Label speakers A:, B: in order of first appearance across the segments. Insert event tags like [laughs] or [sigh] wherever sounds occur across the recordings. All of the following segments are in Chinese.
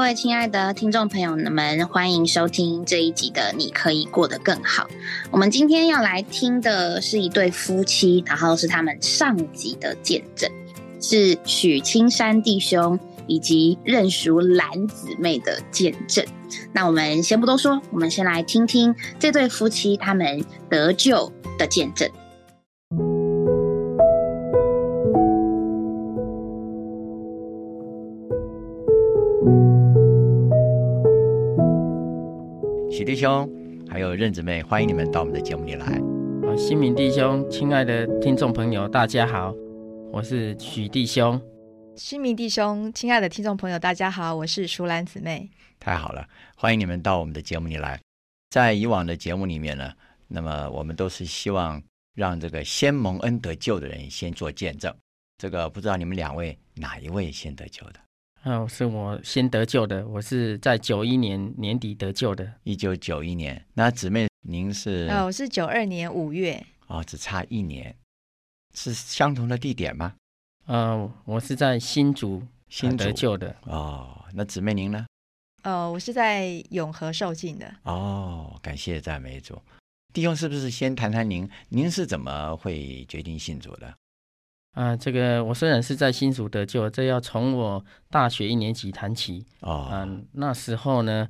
A: 位亲爱的听众朋友们，欢迎收听这一集的《你可以过得更好》。我们今天要来听的是一对夫妻，然后是他们上集的见证，是许青山弟兄以及认熟兰姊妹的见证。那我们先不多说，我们先来听听这对夫妻他们得救的见证。
B: 许弟兄，还有任姊妹，欢迎你们到我们的节目里来。
C: 啊，新民弟兄，亲爱的听众朋友，大家好，我是许弟兄。
D: 新民弟兄，亲爱的听众朋友，大家好，我是淑兰姊妹。
B: 太好了，欢迎你们到我们的节目里来。在以往的节目里面呢，那么我们都是希望让这个先蒙恩得救的人先做见证。这个不知道你们两位哪一位先得救的？
C: 啊，我是我先得救的，我是在九一年年底得救的。
B: 一九九一年，那姊妹您是
C: 哦
D: 呃，我是九二年五月，
B: 哦，只差一年，是相同的地点吗？
C: 呃，我是在新竹
B: 新竹
C: 啊得救的。
B: 哦，那姊妹您呢？
D: 呃，我是在永和受尽的。
B: 哦，感谢赞美主。弟兄，是不是先谈谈您？您是怎么会决定信主的？
C: 啊、这个我虽然是在新竹得救，这要从我大学一年级谈起。
B: 哦，
C: 嗯、那时候呢，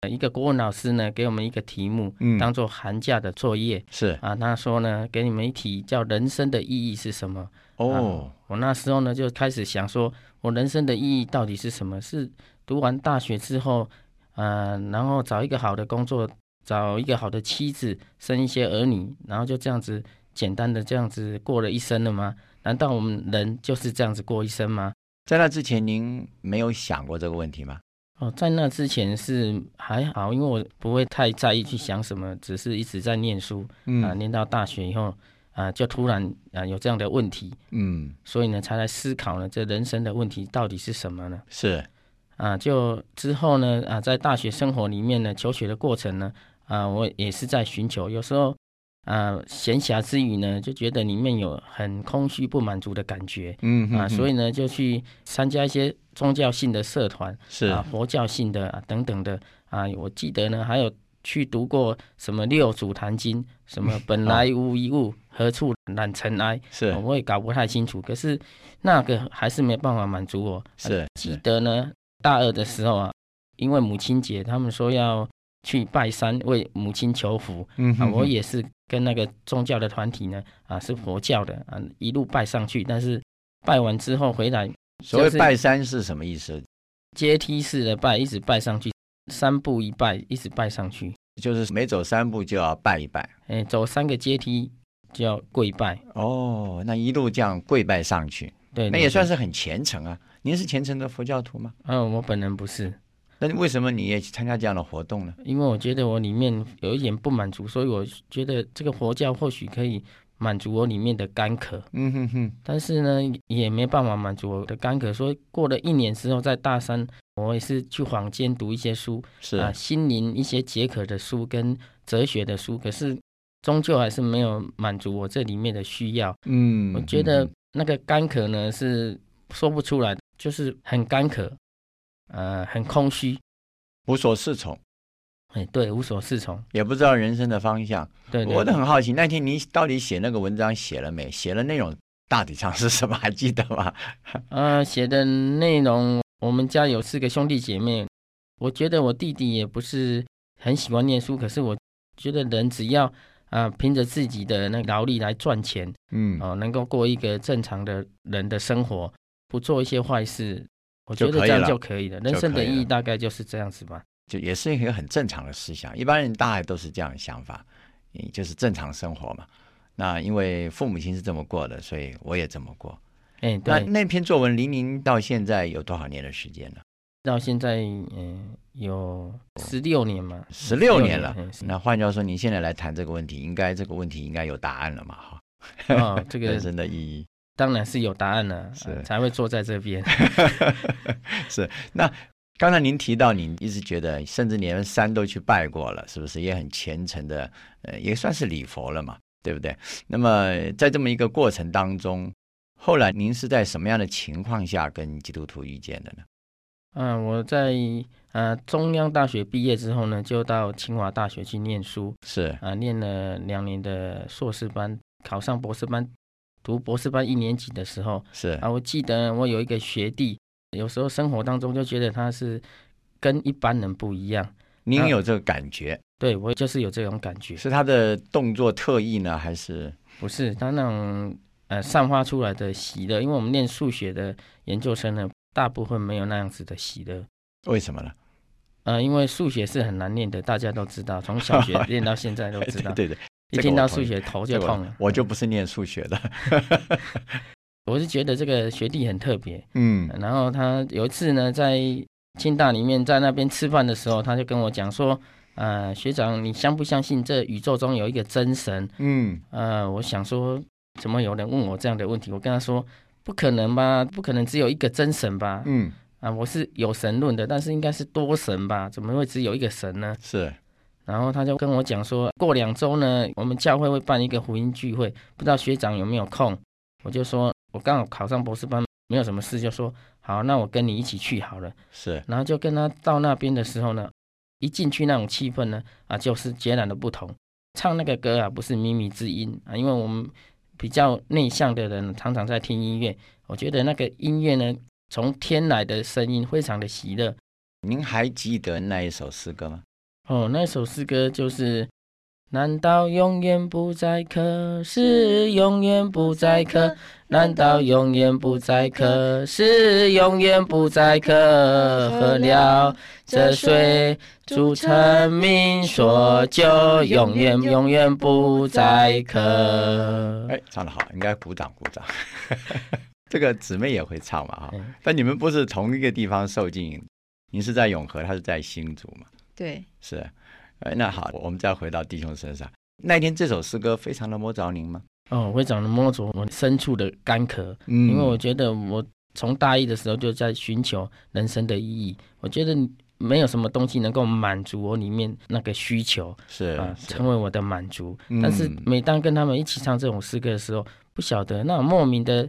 C: 呃一个国文老师呢给我们一个题目，
B: 嗯
C: 当做寒假的作业。
B: 是
C: 啊，他说呢，给你们一题叫“人生的意义是什么”。
B: 哦，
C: 我那时候呢就开始想说，我人生的意义到底是什么？是读完大学之后，呃，然后找一个好的工作，找一个好的妻子，生一些儿女，然后就这样子简单的这样子过了一生了吗？难道我们人就是这样子过一生吗？
B: 在那之前您没有想过这个问题吗？
C: 哦，在那之前是还好，因为我不会太在意去想什么，只是一直在念书
B: 嗯
C: 啊、念到大学以后啊、就突然啊、有这样的问题，
B: 嗯，
C: 所以呢才来思考呢这人生的问题到底是什么呢？
B: 是
C: 啊，就之后呢，啊，在大学生活里面呢，求学的过程呢，啊，我也是在寻求，有时候啊，闲暇之余呢，就觉得里面有很空虚、不满足的感觉
B: 嗯
C: 啊，所
B: 以
C: 以呢，就去参加一些宗教性的社团
B: 是
C: 啊、佛教性的啊等等的啊，我记得呢，还有去读过什么六祖坛经，
B: [laughs]
C: 什么本来无一物，何处染尘埃，
B: 是
C: 我也搞不太清楚，可是那个还是没办法满足我。呃
B: 是
C: 记
B: 是
C: 得呢，大二的时候啊，因为母亲节，他们说要去拜山为母亲求福
B: 嗯
C: 啊，
B: 哼
C: 我也是跟那个宗教的团体呢啊是佛教的啊一路拜上去，但是拜完之后回来
B: 所谓
C: 就是
B: 拜山是什么意思？
C: 阶梯式的拜，一直拜上去，三步一拜，一直拜上去，
B: 就是每走三步就要拜一拜。
C: 哎，走三个阶梯就要跪拜，
B: 哦，那一路这样跪拜上去，
C: 对，
B: 那也算
C: 是，
B: 是很虔诚啊。您是虔诚的佛教徒吗？
C: 嗯、我本人不是。
B: 那为什么你也去参加这样的活动呢？
C: 因为我觉得我里面有一点不满足，所以我觉得这个佛教或许可以满足我里面的干渴，
B: 嗯哼哼，
C: 但是呢，也没办法满足我的干渴。所以过了一年之后，在大三，我也是去坊间读一些书
B: 是
C: 啊，心灵一些解渴的书跟哲学的书，可是终究还是没有满足我这里面的需要。
B: 嗯
C: 我觉得那个干渴呢是说不出来的，就是很干渴，呃，很空虚，
B: 无所适从，
C: 哎，对，无所适从。
B: 也不知道人生的方向。
C: 对对
B: 我都
C: 对
B: 很好奇，那天你到底写那个文章写了没？写了内容大体上是什么？还记得
C: [laughs]
B: 吗？
C: 呃，写的内容，我们家有四个兄弟姐妹，我觉得我弟弟也不是很喜欢念书，可是我觉得人只要啊、凭着自己的那个劳力来赚钱
B: 嗯
C: 哦、能够过一个正常的人的生活，不做一些坏事，我
B: 就
C: 觉得
B: 可
C: 这
B: 以
C: 样
B: 了
C: 就可以了。
B: 就
C: 人生
B: 可
C: 的
B: 以
C: 意义
B: 了
C: 大概就是这样子吧。
B: 就也是一个很正常的思想，一般人大概都是这样的想法，嗯就是正常生活嘛。那因为父母亲是这么过的，所以我也这么过。
C: 哎，
B: 那
C: 对，
B: 那篇作文离您到现在有多少年的时间呢？
C: 到现在嗯、有十六年嘛，
B: 十六年了。
C: 哎是
B: 那换句话说，您现在来谈这个问题，应该这个问题应该有答案了嘛？哈，
C: 哦，
B: [laughs]
C: 这
B: 人
C: 个
B: 生的意义。
C: 当然是有答案了，
B: 是
C: 呃才会坐在这边。
B: [laughs] 是，那刚才您提到，您一直觉得，甚至连山都去拜过了，是不是？也很虔诚的，呃，也算是礼佛了嘛，对不对？那么在这么一个过程当中，后来您是在什么样的情况下跟基督徒遇见的呢？
C: 嗯、我在呃中央大学毕业之后呢，就到清华大学去念书，
B: 是
C: 啊、念了两年的硕士班，考上博士班，读博士班一年级的时候，
B: 是
C: 啊，我记得我有一个学弟，有时候生活当中就觉得他是跟一般人不一样，
B: 您有这个感觉，
C: 对我就是有这种感觉，
B: 是他的动作特意呢，还是
C: 不是他那种呃散发出来的喜乐，因为我们念数学的研究生呢，大部分没有那样子的喜乐。
B: 为什么呢？
C: 呃，因为数学是很难练的，大家都知道，从小学
B: [laughs]
C: 练到现在都知道，
B: 对对对，这
C: 一
B: 个
C: 听
B: 我
C: 到
B: 同
C: 数
B: 意
C: 学头就
B: 这个
C: 痛
B: 我
C: 了。
B: 我就不是念数学的， [laughs]
C: 我是觉得这个学弟很特别，
B: 嗯，
C: 然后他有一次呢，在清大里面在那边吃饭的时候，他就跟我讲说，呃，学长，你相不相信这宇宙中有一个真神？
B: 嗯，
C: 呃，我想说，怎么有人问我这样的问题？我跟他说，不可能吧，不可能只有一个真神吧？
B: 嗯，
C: 啊，我是有神论的，但是应该是多神吧？怎么会只有一个神呢？
B: 是
C: 然后他就跟我讲说，过两周呢，我们教会会办一个福音聚会，不知道学长有没有空？我就说，我刚好考上博士班，没有什么事，就说好，那我跟你一起去好了。
B: 是，
C: 然后就跟他到那边的时候呢，一进去那种气氛呢，啊，就是截然的不同。唱那个歌啊，不是靡靡之音啊，因为我们比较内向的人，常常在听音乐。我觉得那个音乐呢，从天来的声音非常的喜乐。
B: 您还记得那一首诗歌吗？
C: 哦，那首诗歌就是。难道永远不再可是永远不再可？难道永远不再可是永远不再可？喝了这水，祝臣民所就，永远永远不再渴。
B: 哎，唱得好，应该鼓掌鼓掌。 [laughs] 这个姊妹也会唱嘛哈，
C: 嗯
B: 但你们不是同一个地方受浸淫，您是在永和，他是在新竹嘛？
D: 对，
B: 是，呃，那好，我们再回到弟兄身上。那天这首诗歌非常的摸着您吗？
C: 哦，会长的摸着我深处的干渴，
B: 嗯
C: 因为我觉得我从大一的时候就在寻求人生的意义，我觉得没有什么东西能够满足我里面那个需求
B: 是
C: 啊、
B: 是
C: 成为我的满足。
B: 嗯
C: 但是每当跟他们一起唱这种诗歌的时候，不晓得那种莫名的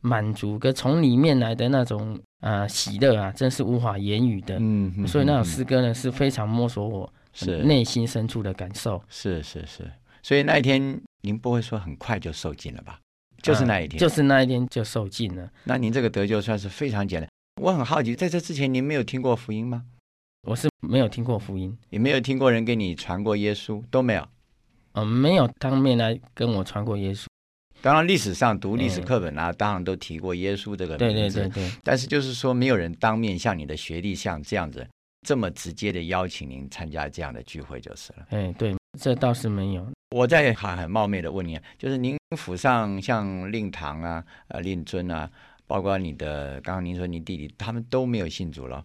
C: 满足跟从里面来的那种呃喜乐啊，真是无法言语的。
B: 嗯哼
C: 所以那
B: 哼
C: 种
B: 哼
C: 诗歌呢，是非常摸索我
B: 是
C: 内心深处的感受。
B: 是是是，所以那一天您不会说很快就受尽了吧？就是那一天，
C: 啊就是那一天就受尽了。
B: 那您这个得救算是非常简单。我很好奇，在这之前您没有听过福音吗？
C: 我是没有听过福音，
B: 也没有听过人给你传过耶稣，都没有。
C: 嗯、没有当面来跟我传过耶稣。
B: 当然，历史上读历史
C: 嗯
B: 课本啊，当然都提过耶稣这个
C: 对
B: 名
C: 对
B: 字。
C: 对对，
B: 但是就是说，没有人当面像你的学历像这样子这么直接的邀请您参加这样的聚会就是了。
C: 哎对，这倒是没有。
B: 我再很很冒昧的问您，就是您府上像令堂啊、呃令尊啊，包括你的刚刚您说您弟弟，他们都没有信主了。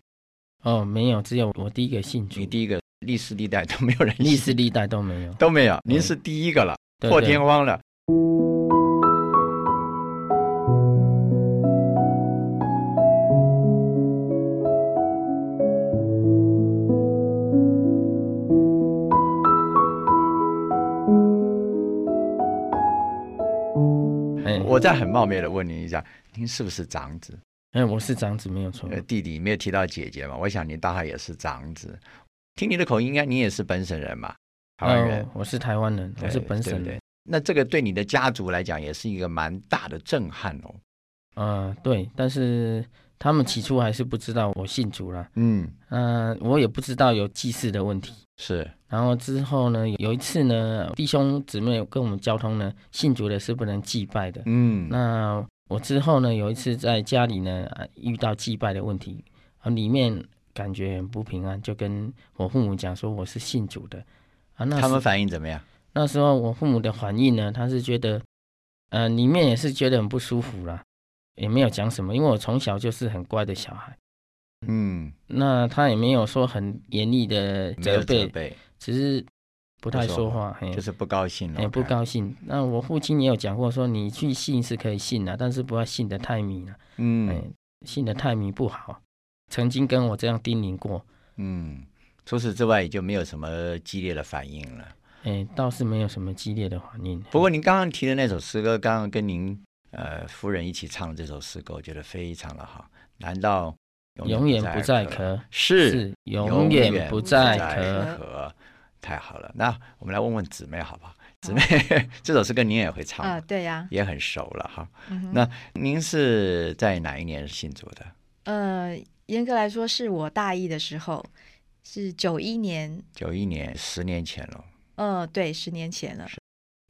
C: 哦，没有，只有我第一个信主
B: 你，第一个历史历代都没有人信
C: 嗯历史历代都没有。
B: 都没有，您是第一个了，
C: 对
B: 破
C: 对
B: 天荒了。
C: 哎
B: 我再很冒昧的问您一下，您是不是长子？
C: 哎，我是长子，没有错。
B: 呃，弟弟没有提到姐姐嘛，我想您大概也是长子。听你的口音，应该你也是本省人嘛，台湾人
C: 哦，，我是台湾人，我
B: 对
C: 是本
B: 对
C: 省
B: 不对
C: 人。
B: 那这个对你的家族来讲，也是一个蛮大的震撼哦。
C: 呃，对，但是他们起初还是不知道我信主了。
B: 嗯，
C: 嗯，我也不知道有祭祀的问题。
B: 是
C: 然后之后呢，有一次呢，弟兄姊妹跟我们交通呢，信主的是不能祭拜的。
B: 嗯，
C: 那我之后呢，有一次在家里呢啊遇到祭拜的问题，啊，里面感觉很不平安，就跟我父母讲说我是信主的啊。那
B: 他
C: 时
B: 们反应怎么样？
C: 那时候我父母的反应呢，他是觉得，呃，里面也是觉得很不舒服啦，也没有讲什么，因为我从小就是很乖的小孩，
B: 嗯，
C: 那他也没有说很严厉的
B: 没有
C: 责
B: 责
C: 备，
B: 备，
C: 只是不太
B: 不
C: 说
B: 说
C: 话，嘿
B: 就是不高兴了。
C: 哎也不高兴。那我父亲也有讲过说，你去信是可以信啊，但是不要信的太迷了。哎
B: 嗯，
C: 信的太迷不好，曾经跟我这样叮咛过，
B: 嗯，除此之外也就没有什么激烈的反应了。
C: 哎，倒是没有什么激烈的反应。
B: 不过您刚刚提的那首诗歌，刚刚跟您呃夫人一起唱的这首诗歌，我觉得非常的好。难道
C: 永远不再
B: 可。
C: 渴，
B: 是
C: 是永远不再
D: 渴
B: 渴。太好了，那我们来问问姊妹好不好？姊妹， [laughs] 这首诗歌您也会唱
D: 啊、
B: 吧，
D: 对呀、
B: 也很熟了哈。
D: 嗯哼
B: 那您是在哪一年信主的？
D: 呃，严格来说是我大一的时候，是九一年，
B: 九一年，十年前了。
D: 呃，对，十年前了。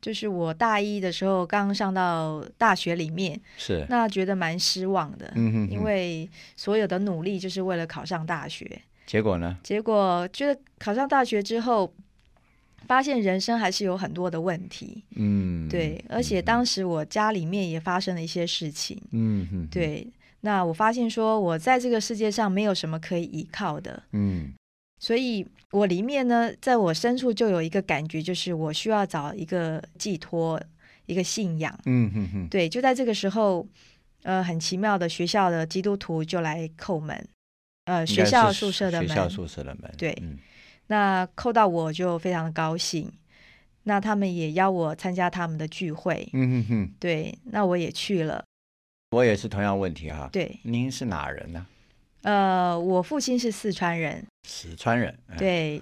D: 就是我大一的时候刚上到大学里面，
B: 是，
D: 那觉得蛮失望的，
B: 嗯哼哼
D: 因为所有的努力就是为了考上大学，
B: 结果呢？
D: 结果觉得考上大学之后，发现人生还是有很多的问题。
B: 嗯，
D: 对，而且当时我家里面也发生了一些事情。
B: 嗯哼，，
D: 对，那我发现说我在这个世界上没有什么可以依靠的，
B: 嗯
D: 所以我里面呢，在我深处就有一个感觉，就是我需要找一个寄托，一个信仰。
B: 嗯哼哼，
D: 对，就在这个时候，呃，很奇妙的，学校的基督徒就来叩门，呃，
B: 应
D: 学
B: 该是
D: 校宿舍的门，
B: 学校宿舍的门，
D: 对
B: 嗯
D: 那扣到我就非常的高兴。那他们也邀我参加他们的聚会，
B: 嗯哼哼，
D: 对，那我也去了。
B: 我也是同样问题哈。
D: 对，
B: 您是哪人呢？
D: 呃，我父亲是四川人，
B: 四川人。嗯，
D: 对，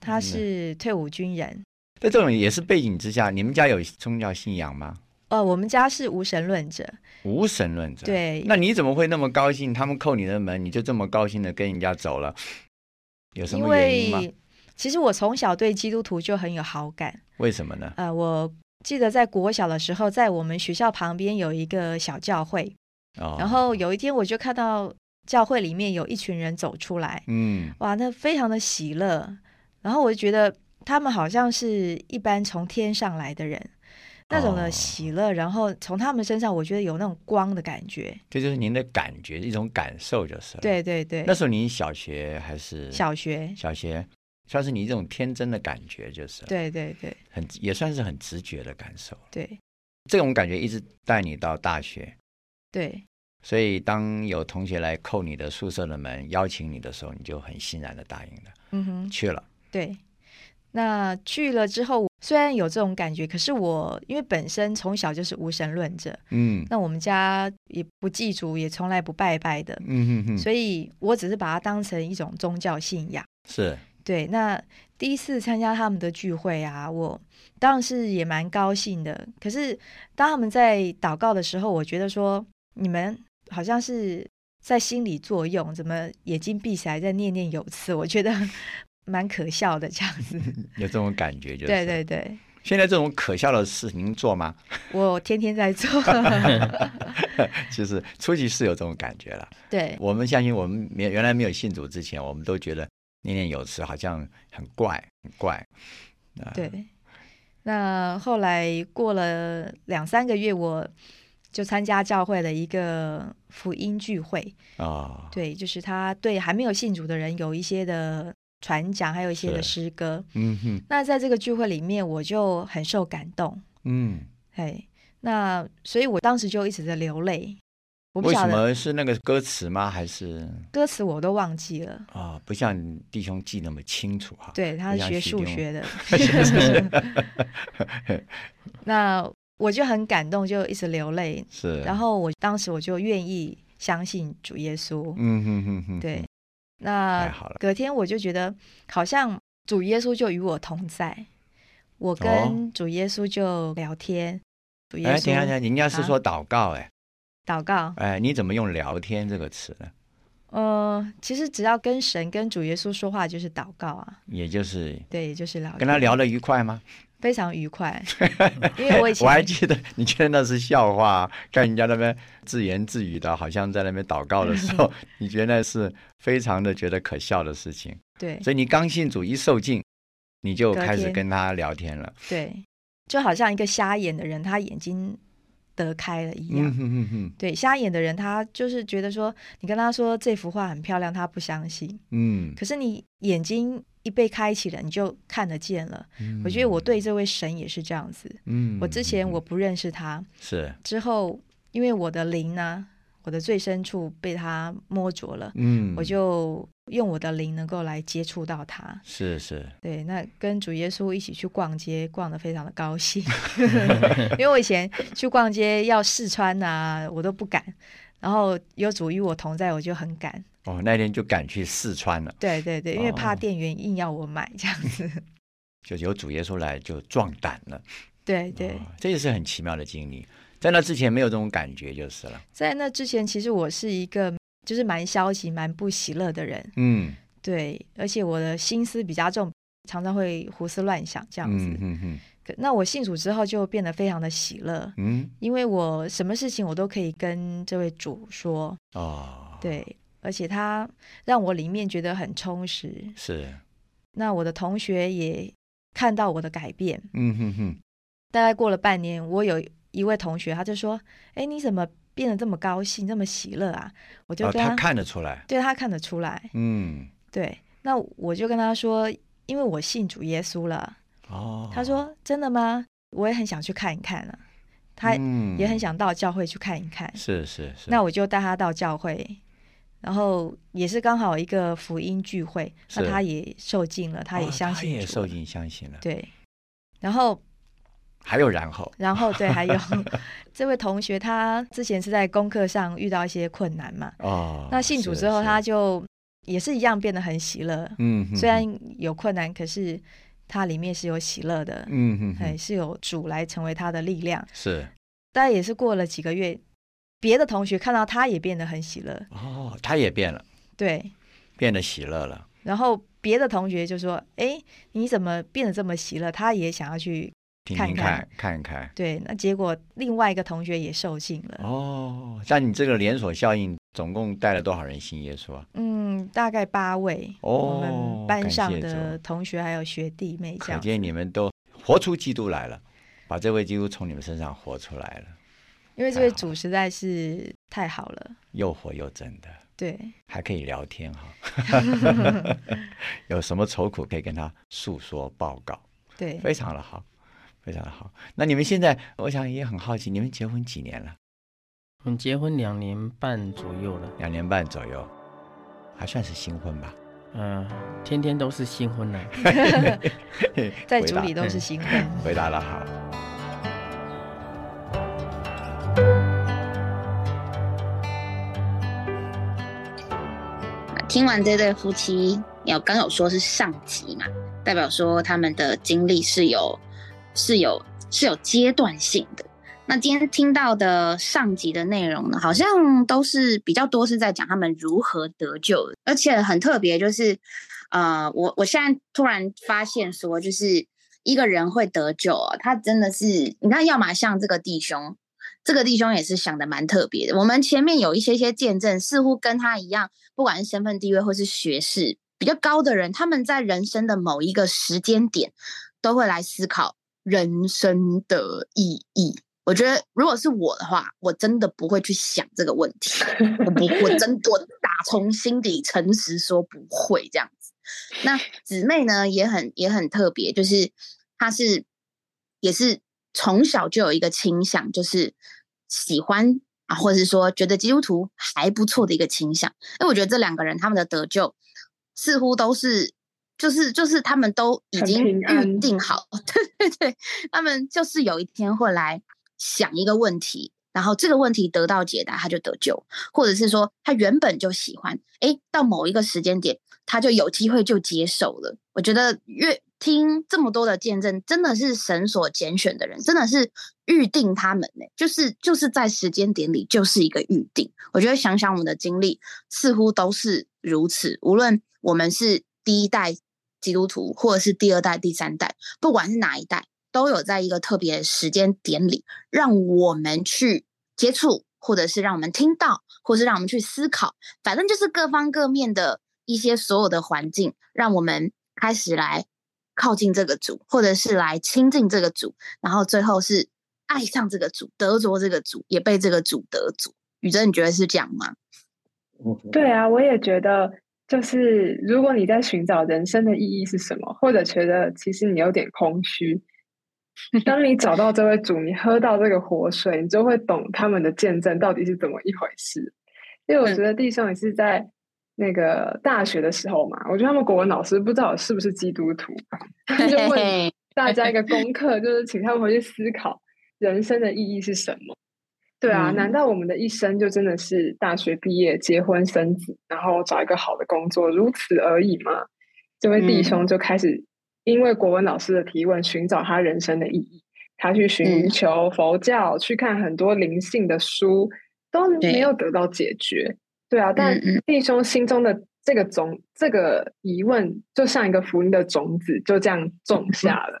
D: 他
B: 嗯
D: 是退伍军人。
B: 在这种也是背景之下，你们家有宗教信仰吗？
D: 呃，我们家是无神论者，
B: 无神论者。，
D: 对，
B: 那你怎么会那么高兴？他们扣你的门，你就这么高兴的跟人家走了，有什
D: 因
B: 么原因吗？
D: 为其实我从小对基督徒就很有好感。
B: 为什么呢？
D: 呃，我记得在国小的时候，在我们学校旁边有一个小教会，
B: 哦，
D: 呃然后有一天我就看到教会里面有一群人走出来，
B: 嗯
D: 哇，那非常的喜乐。然后我就觉得他们好像是一般从天上来的人，那种
B: 哦
D: 的喜乐，然后从他们身上，我觉得有那种光的感觉。
B: 这就是您的感觉，一种感受就是了。，
D: 对对对
B: 那，时候您小学还是
D: 小学，
B: 小学，算是你这种天真的感觉，就是了
D: 对对对
B: 很也算是很直觉的感受。
D: 对
B: 这种感觉一直带你到大学，
D: 对
B: 所以当有同学来扣你的宿舍的门，邀请你的时候，你就很欣然的答应了，
D: 嗯哼，
B: 去了。
D: 对。那去了之后，虽然有这种感觉，可是我因为本身从小就是无神论者，
B: 嗯
D: 那我们家也不祭祖，也从来不拜拜的，
B: 嗯哼哼，
D: 所以我只是把它当成一种宗教信仰。
B: 是
D: 对，那第一次参加他们的聚会啊，我当然是也蛮高兴的。可是当他们在祷告的时候，我觉得说你们好像是在心理作用，怎么眼睛闭起来在念念有词，我觉得蛮可笑的这样子。
B: [laughs] 有这种感觉，就是
D: 对对。对，
B: 现在这种可笑的事您做吗？ [laughs]
D: 我天天在做。
B: 其实初期是有这种感觉了。
D: 对
B: 我们相信，我们没原来没有信主之前，我们都觉得念念有词好像很怪，很怪。啊，
D: 对，那后来过了两三个月，我就参加教会的一个福音聚会。
B: 哦，
D: 对，就是他对还没有信主的人有一些的传讲，还有一些的
B: 是
D: 诗歌。
B: 嗯哼，
D: 那在这个聚会里面，我就很受感动，
B: 嗯，
D: 哎，那所以我当时就一直在流泪。我不
B: 为
D: 晓
B: 什
D: 得
B: 么是那个歌词吗？还是
D: 歌词我都忘记了。
B: 啊、不像弟兄记那么清楚哈、
D: 对，他
B: 不
D: 是
B: 像
D: 学
B: 徐
D: 数
B: 丁 [laughs]
D: 学的
B: 是。
D: 那我就很感动，就一直流泪。
B: 是。
D: 然，后我当时我就愿意相信主耶稣。
B: 嗯哼哼哼，
D: 对，
B: 太
D: 那
B: 好了，
D: 隔天我就觉得好像主耶稣就与我同在，我
B: 哦
D: 跟主耶稣就聊天，主耶
B: 哎，等一下，等一下，
D: 稣
B: 人家是
D: 啊
B: 说祷告，哎、
D: 祷告。
B: 哎，你怎么用“聊天”这个词呢？
D: 呃，其实只要跟神跟主耶稣说话就是祷告啊，
B: 也就是
D: 对，也就是聊天，
B: 跟他聊得愉快吗？
D: 非常
B: [laughs]
D: 愉快，因为我以前
B: 还记得， [laughs] 你觉得那是笑话，看人家那边自言自语的，好像在那边祷告的时
D: [laughs]
B: 候，你觉得那是非常的觉得可笑的事情。
D: 对
B: 所以你刚信主一受浸，你就
D: 隔
B: 开始
D: 天
B: 跟他聊天了。
D: 对，就好像一个瞎眼的人，他眼睛得开了一样。
B: 嗯哼哼哼，
D: 对瞎眼的人，他就是觉得说，你跟他说这幅画很漂亮，他不相信。
B: 嗯，
D: 可是你眼睛一被开启了，你就看得见了。我觉得我对这位神也是这样子。
B: 嗯，
D: 我之前
B: 嗯
D: 我不认识他，
B: 是，
D: 之后因为我的灵呢，我的最深处被他摸着了，
B: 嗯，
D: 我就用我的灵能够来接触到他。
B: 是是，
D: 对，那跟主耶稣一起去逛街，逛得非常的
B: [laughs]
D: 高兴，因为我以前去逛街要试穿啊，我都不敢，然后有主与我同在，我就很敢。
B: 哦，那天就赶去四川了，
D: 对对对，因为怕
B: 哦
D: 店员硬要我买这样子，
B: 就有主耶稣来就壮胆了，
D: 对对。
B: 哦这也是很奇妙的经历。在那之前没有这种感觉就是了，
D: 在那之前，其实我是一个就是蛮消极、蛮不喜乐的人，
B: 嗯，
D: 对，而且我的心思比较重，常常会胡思乱想这样子。
B: 嗯嗯嗯
D: 可那我信主之后就变得非常的喜乐，
B: 嗯，
D: 因为我什么事情我都可以跟这位主说，
B: 哦，，
D: 对，而且他让我里面觉得很充实。
B: 是，
D: 那我的同学也看到我的改变，
B: 嗯哼哼，
D: 大概过了半年，我有一位同学他就说：“哎，你怎么变得这么高兴、这么喜乐啊？”我就
B: 哦，
D: 跟
B: 他看得出来，
D: 对他看得出来，
B: 嗯，
D: 对，那我就跟他说，因为我信主耶稣了。
B: 哦，
D: 他说：“真的吗？我也很想去看一看啊。”他
B: 嗯
D: 也很想到教会去看一看，
B: 是是是，
D: 那我就带他到教会，然后也是刚好一个福音聚会，那
B: 是
D: 他也受尽了，他也
B: 哦
D: 相信、
B: 他也受，尽相信了，
D: 对。然后，
B: 还有然后，
D: 然后
B: [laughs]
D: 对，还有这位同学，他之前是在功课上遇到一些困难嘛，
B: 哦，
D: 那信主
B: 是
D: 之后，
B: 是
D: 他就也是一样变得很喜乐，
B: 嗯哼，
D: 虽然有困难，可是它里面是有喜乐的，
B: 嗯哼
D: 哎、
B: 哼，
D: 是有主来成为他的力量。
B: 是
D: 但也是过了几个月，别的同学看到他也变得很喜乐，
B: 哦，他也变了，
D: 对，
B: 变得喜乐了，
D: 然后别的同学就说：“哎，你怎么变得这么喜乐？”他也想要去，
B: 听
D: 看
B: 听看看看，
D: 对，那结果另外一个同学也受尽了，
B: 哦，像你这个连锁效应，总共带了多少人信耶稣啊？
D: 嗯，大概八位，
B: 哦
D: 我们班上
B: 感谢
D: 的
B: 主
D: 同学还有学弟妹这
B: 可
D: 样。
B: 见你们都活出基督来了，把这位基督从你们身上活出来了，
D: 因为这
B: 太
D: 位
B: 好
D: 主实在是太好了，
B: 又活又真的，
D: 对，
B: 还可以聊天哈，
D: [laughs]
B: 有什么愁苦可以跟他诉说报告，
D: 对，
B: [laughs] 非常的好，非常的好。那你们现在，我想也很好奇，你们结婚几年了？
C: 我们结婚两年半左右了，
B: 两年半左右，还算是新婚吧？
C: 嗯、天天都是新婚了。
D: 在
B: [laughs] 回
D: 主
B: 答嗯
D: 里都是兴奋。
B: [laughs] 回答的好。
A: 听完这对夫妻，有刚有说是上级嘛，代表说他们的经历是有是有是有阶段性的。那今天听到的上集的内容呢，好像都是比较多是在讲他们如何得救的，而且很特别，就是呃，我我现在突然发现说，就是一个人会得救哦，他真的是你看，要么像这个弟兄，这个弟兄也是想的蛮特别的。我们前面有一些些见证，似乎跟他一样。不管是身份地位或是学识比较高的人，他们在人生的某一个时间点，都会来思考人生的意义。我觉得，如果是我的话，我真的不会去想这个问题，我不，我真我打从心底诚实说不会这样子。那姊妹呢，也很也很特别，就是她是也是从小就有一个倾向，就是喜欢啊，或者是说觉得基督徒还不错的一个倾向。因为我觉得这两个人他们的得救似乎都是，就是就是他们都已
E: 很
A: 经
E: 平
A: 预
E: 安
A: 定好， [laughs] 对对对，他们就是有一天会来想一个问题，然后这个问题得到解答，他就得救，或者是说他原本就喜欢，诶，到某一个时间点他就有机会就接受了。我觉得越听这么多的见证，真的是神所拣选的人，真的是预定他们呢、就是就是在时间点里就是一个预定。我觉得想想我们的经历，似乎都是如此，无论我们是第一代基督徒，或者是第二代、第三代，不管是哪一代，都有在一个特别的时间点里，让我们去接触，或者是让我们听到，或是让我们去思考，反正就是各方各面的一些所有的环境，让我们开始来靠近这个主，或者是来亲近这个主，然后最后是爱上这个主，得着这个主，也被这个主得着。宇哲，你觉得是这样
E: [laughs]
A: 吗？
E: 对啊，我也觉得，就是如果你在寻找人生的意义是什么，或者觉得其实你有点空虚，当你找到这位主，你喝到这个活水，你就会懂他们的见证到底是怎么一回事。因为我觉得弟兄也是在那个大学的时候嘛，我觉得他们国文老师不知道我是不是基督徒，他就问
A: [laughs]
E: 大家一个功课，就是请他们回去思考人生的意义是什么。对啊，
C: 嗯
E: 难道我们的一生就真的是大学毕业、结婚生子，然后找一个好的工作，如此而已吗？这位弟
A: 嗯
E: 兄就开始因为国文老师的提问，寻找他人生的意义。他去寻
A: 嗯
E: 求佛教，去看很多灵性的书，都
A: 对
E: 没有得到解决。对啊， [laughs] 但
A: 嗯
E: 弟兄心中的这个种，这个疑问，就像一个福音的种子，就这样种下了。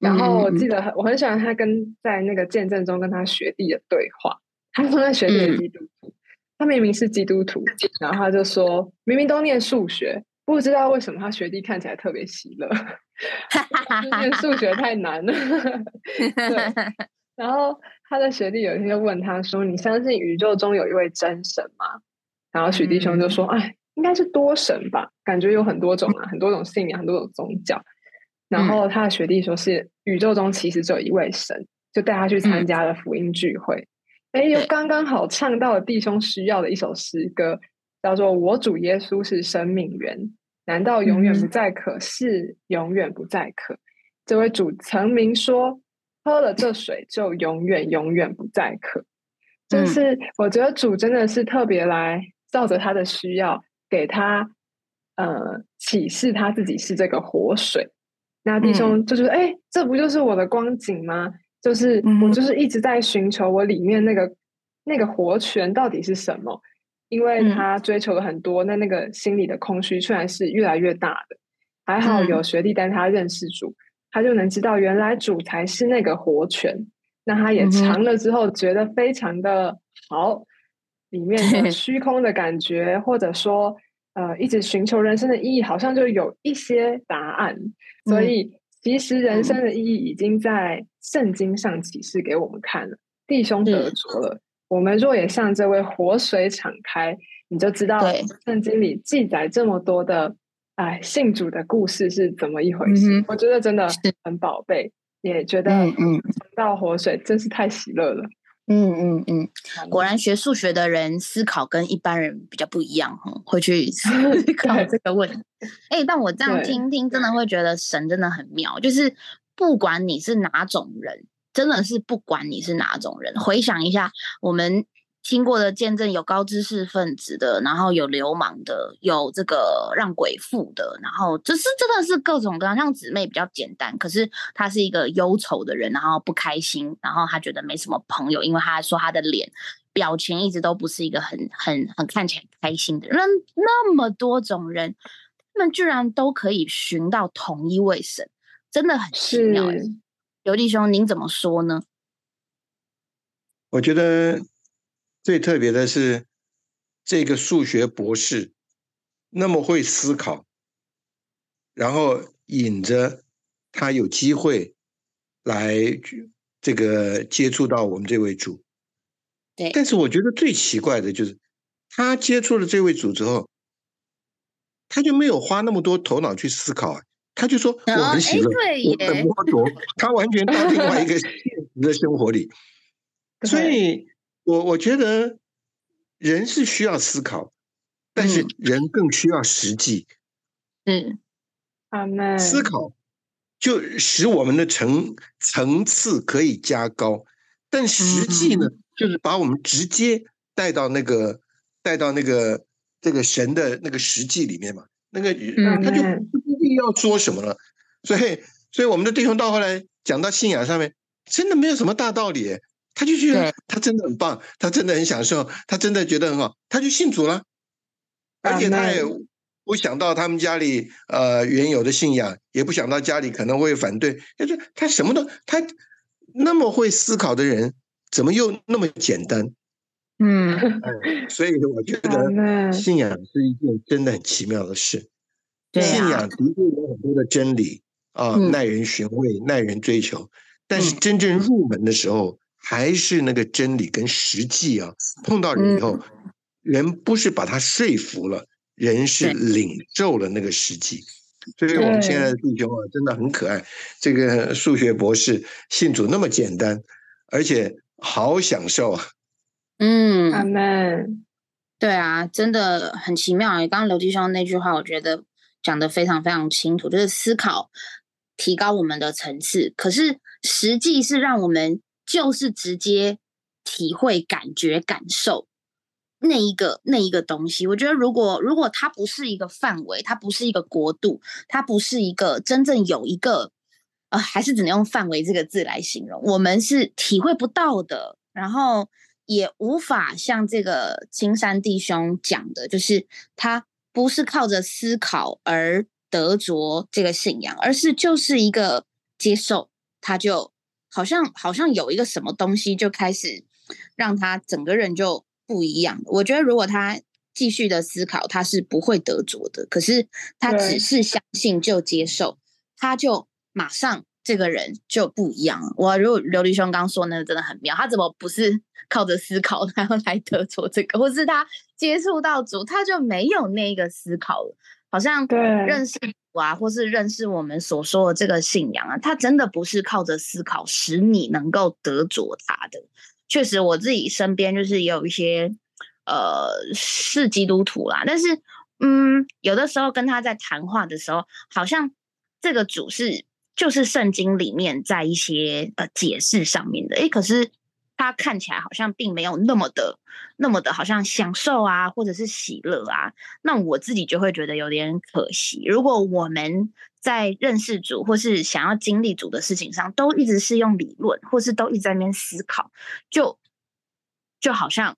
E: 然后我
A: 嗯嗯嗯
E: 记得很我很喜欢他跟在那个见证中跟他学弟的对话，他说那学弟
A: 嗯
E: 是基督徒，他明明是基督徒，然后他就说明明都念数学，不知道为什么他学弟看起来特别喜乐， [laughs] 就是
A: 嗯
E: 念数学太难了。
A: [laughs]
E: 对然后他的学弟有一天就问他说：“你相信宇宙中有一位真神吗？”然后许弟兄就说：“哎，应该是多神吧，感觉有很多种啊，很多种信仰，很多种宗教。”然后他的学弟说是宇宙中其实只有一位神，就带他去参
A: 嗯
E: 加了福音聚会。哎、又
A: 对
E: 刚刚好唱到了弟兄需要的一首诗歌，叫做《我主耶稣是生命源》，难道永远
A: 嗯
E: 不再渴？是永远不再渴。这位主曾明说：“喝了这水就永远永远不再渴。”就
A: 嗯
E: 是我觉得主真的是特别来照着他的需要，给他呃启示他自己是这个活水。那弟
A: 嗯
E: 兄就是哎、诶这不就是我的光景吗？就是我
A: 嗯
E: 就是一直在寻求我里面那个那个活泉到底是什么，因为
A: 嗯
E: 他追求了很多，那那个心里的空虚虽然是越来越大的。还
A: 嗯
E: 好有学历，但他认识主，他就能知道原来主才是那个活泉。那他也
A: 嗯哼
E: 尝了之后，觉得非常的好，里面的虚空的感觉，或者说呃，一直寻求人生的意义，好像就有一些答案。所
A: 嗯
E: 以，其实人生的意义已经在圣经上启示给我们看了，弟兄得
A: 是
E: 着了。我们若也向这位活水敞开，你就知道
A: 对
E: 圣经里记载这么多的哎信主的故事是怎么一回事。
A: 嗯哼
E: 我觉得真的
A: 是
E: 很宝贝，也觉得
A: 嗯嗯
E: 尝到活水真是太喜乐了。
A: 嗯嗯嗯，果然学数学的人思考跟一般人比较不一样哦，会去思
E: [laughs]
A: 考这个问题。哎、但我这样
E: 对
A: 听听，真的会觉得神真的很妙，就是不管你是哪种人，真的是不管你是哪种人，回想一下我们。听过的见证有高知识分子的，然后有流氓的，有这个让鬼附的，然后就是真的是各种各样。像姊妹比较简单，可是她是一个忧愁的人，然后不开心，然后她觉得没什么朋友，因为她说她的脸表情一直都不是一个很很很看起来开心的人。那那么多种人，他们居然都可以寻到同一位神，真的很奇
E: 是
A: 妙欸。刘弟兄，您怎么说呢？
F: 我觉得最特别的是这个数学博士那么会思考，然后引着他有机会来去这个接触到我们这位主。
A: 对
F: 但是我觉得最奇怪的就是，他接触了这位主之后，他就没有花那么多头脑去思考，啊他就说我
A: 哦
F: 很喜
A: 诶
F: 乐，
A: 对
F: 我很
A: 耶
F: 摸着，他完全到另外一个 [laughs] 现实的生活里。所
E: 对
F: 以我我觉得人是需要思考，但是
A: 嗯
F: 人更需要实际、
A: 是，
E: 阿
A: 嗯
E: 门。
F: 思考，就使我们的层层次可以加高，但实际
A: 嗯
F: 呢，就是把我们直接带到那个带到那个这个神的那个实际里面嘛，那个
A: 嗯
F: 他就
E: 嗯
F: 不一定要说什么了。所以，所以我们的弟兄到后来讲到信仰上面，真的没有什么大道理耶。他就觉得
A: 对
F: 他真的很棒，他真的很享受，他真的觉得很好，他就信主了。而且他也
E: Amen
F: 不想到他们家里呃原有的信仰，也不想到家里可能会反对，就是他什么都他那么会思考的人，怎么又那么简单？
A: 嗯，
F: 所以我觉
E: 阿
F: 得
E: 门。
F: 信仰是一件真的很奇妙的事。
A: 对
F: 信
A: 啊，
F: 仰的确有很多的真理啊，
A: 嗯
F: 耐人寻味，耐人追求。但是
A: 嗯
F: 真正入门的时候，还是那个真理跟实际啊，碰到
A: 嗯
F: 人以后，人不是把他说服了，人是
A: 对
F: 领受了那个实际。所以我们
E: 对
F: 现在的弟兄啊，真的很可爱。这个数学博士信主那么简单，而且好享受啊！
A: 嗯，
E: 阿门。
A: 对啊，真的很奇妙欸。刚刚刘弟兄那句话，我觉得讲得非常非常清楚，就是思考提高我们的层次，可是实际是让我们就是直接体会、感觉、感受那一个那一个东西。我觉得，如果如果它不是一个范围，它不是一个国度，它不是一个真正有一个，呃，还是只能用范围这个字来形容。我们是体会不到的，然后也无法像这个青山弟兄讲的，就是他不是靠着思考而得着这个信仰，而是就是一个接受，他就。好像好像有一个什么东西就开始让他整个人就不一样。我觉得如果他继续的思考，他是不会得着的。可是他只是相信就接受，他就马上这个人就不一样了。我如果琉璃兄刚说那个真的很妙，他怎么不是靠着思考然后来得着这个，或是他接触到主他就没有那个思考了？好像
E: 对
A: 认识主啊，或是认识我们所说的这个信仰啊，它真的不是靠着思考使你能够得着它的。确实，我自己身边就是也有一些呃是基督徒啦，但是嗯，有的时候跟他在谈话的时候，好像这个主是就是圣经里面在一些呃解释上面的，诶，可是他看起来好像并没有那么的那么的，好像享受啊，或者是喜乐啊，那我自己就会觉得有点可惜。如果我们在认识主或是想要经历主的事情上，都一直是用理论，或是都一直在那边思考，就就好像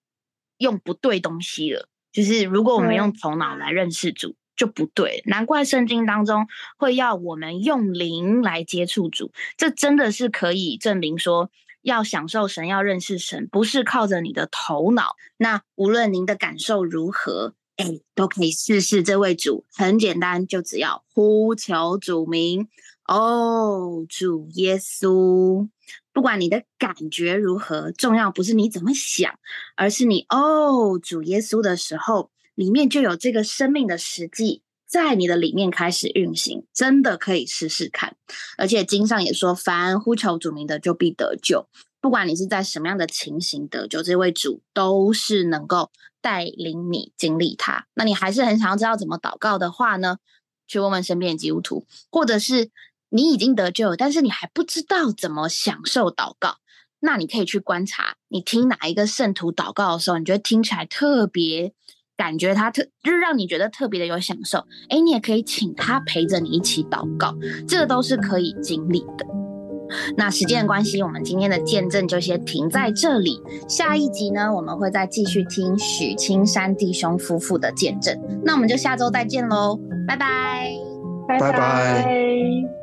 A: 用不对东西了。就是如果我们用头脑来认识主，就不对。难怪圣经当中会要我们用灵来接触主，这真的是可以证明说。要享受神，要认识神，不是靠着你的头脑。那无论您的感受如何，哎，都可以试试这位主，很简单，就只要呼求主名哦，主耶稣。不管你的感觉如何，重要不是你怎么想，而是你哦，主耶稣的时候，里面就有这个生命的实际。在你的里面开始运行，真的可以试试看。而且经上也说，凡呼求主名的，就必得救。不管你是在什么样的情形得救，这位主都是能够带领你经历它。那你还是很想要知道怎么祷告的话呢？去问问身边的基督徒，或者是你已经得救了，但是你还不知道怎么享受祷告。那你可以去观察，你听哪一个圣徒祷告的时候，你觉得听起来特别。感觉他特就是让你觉得特别的有享受，哎，你也可以请他陪着你一起祷告，这个都是可以经历的。那时间的关系，我们今天的见证就先停在这里。下一集呢，我们会再继续听许青山弟兄夫妇的见证。那我们就下周再见喽，拜拜，
E: 拜
F: 嗯拜
E: 拜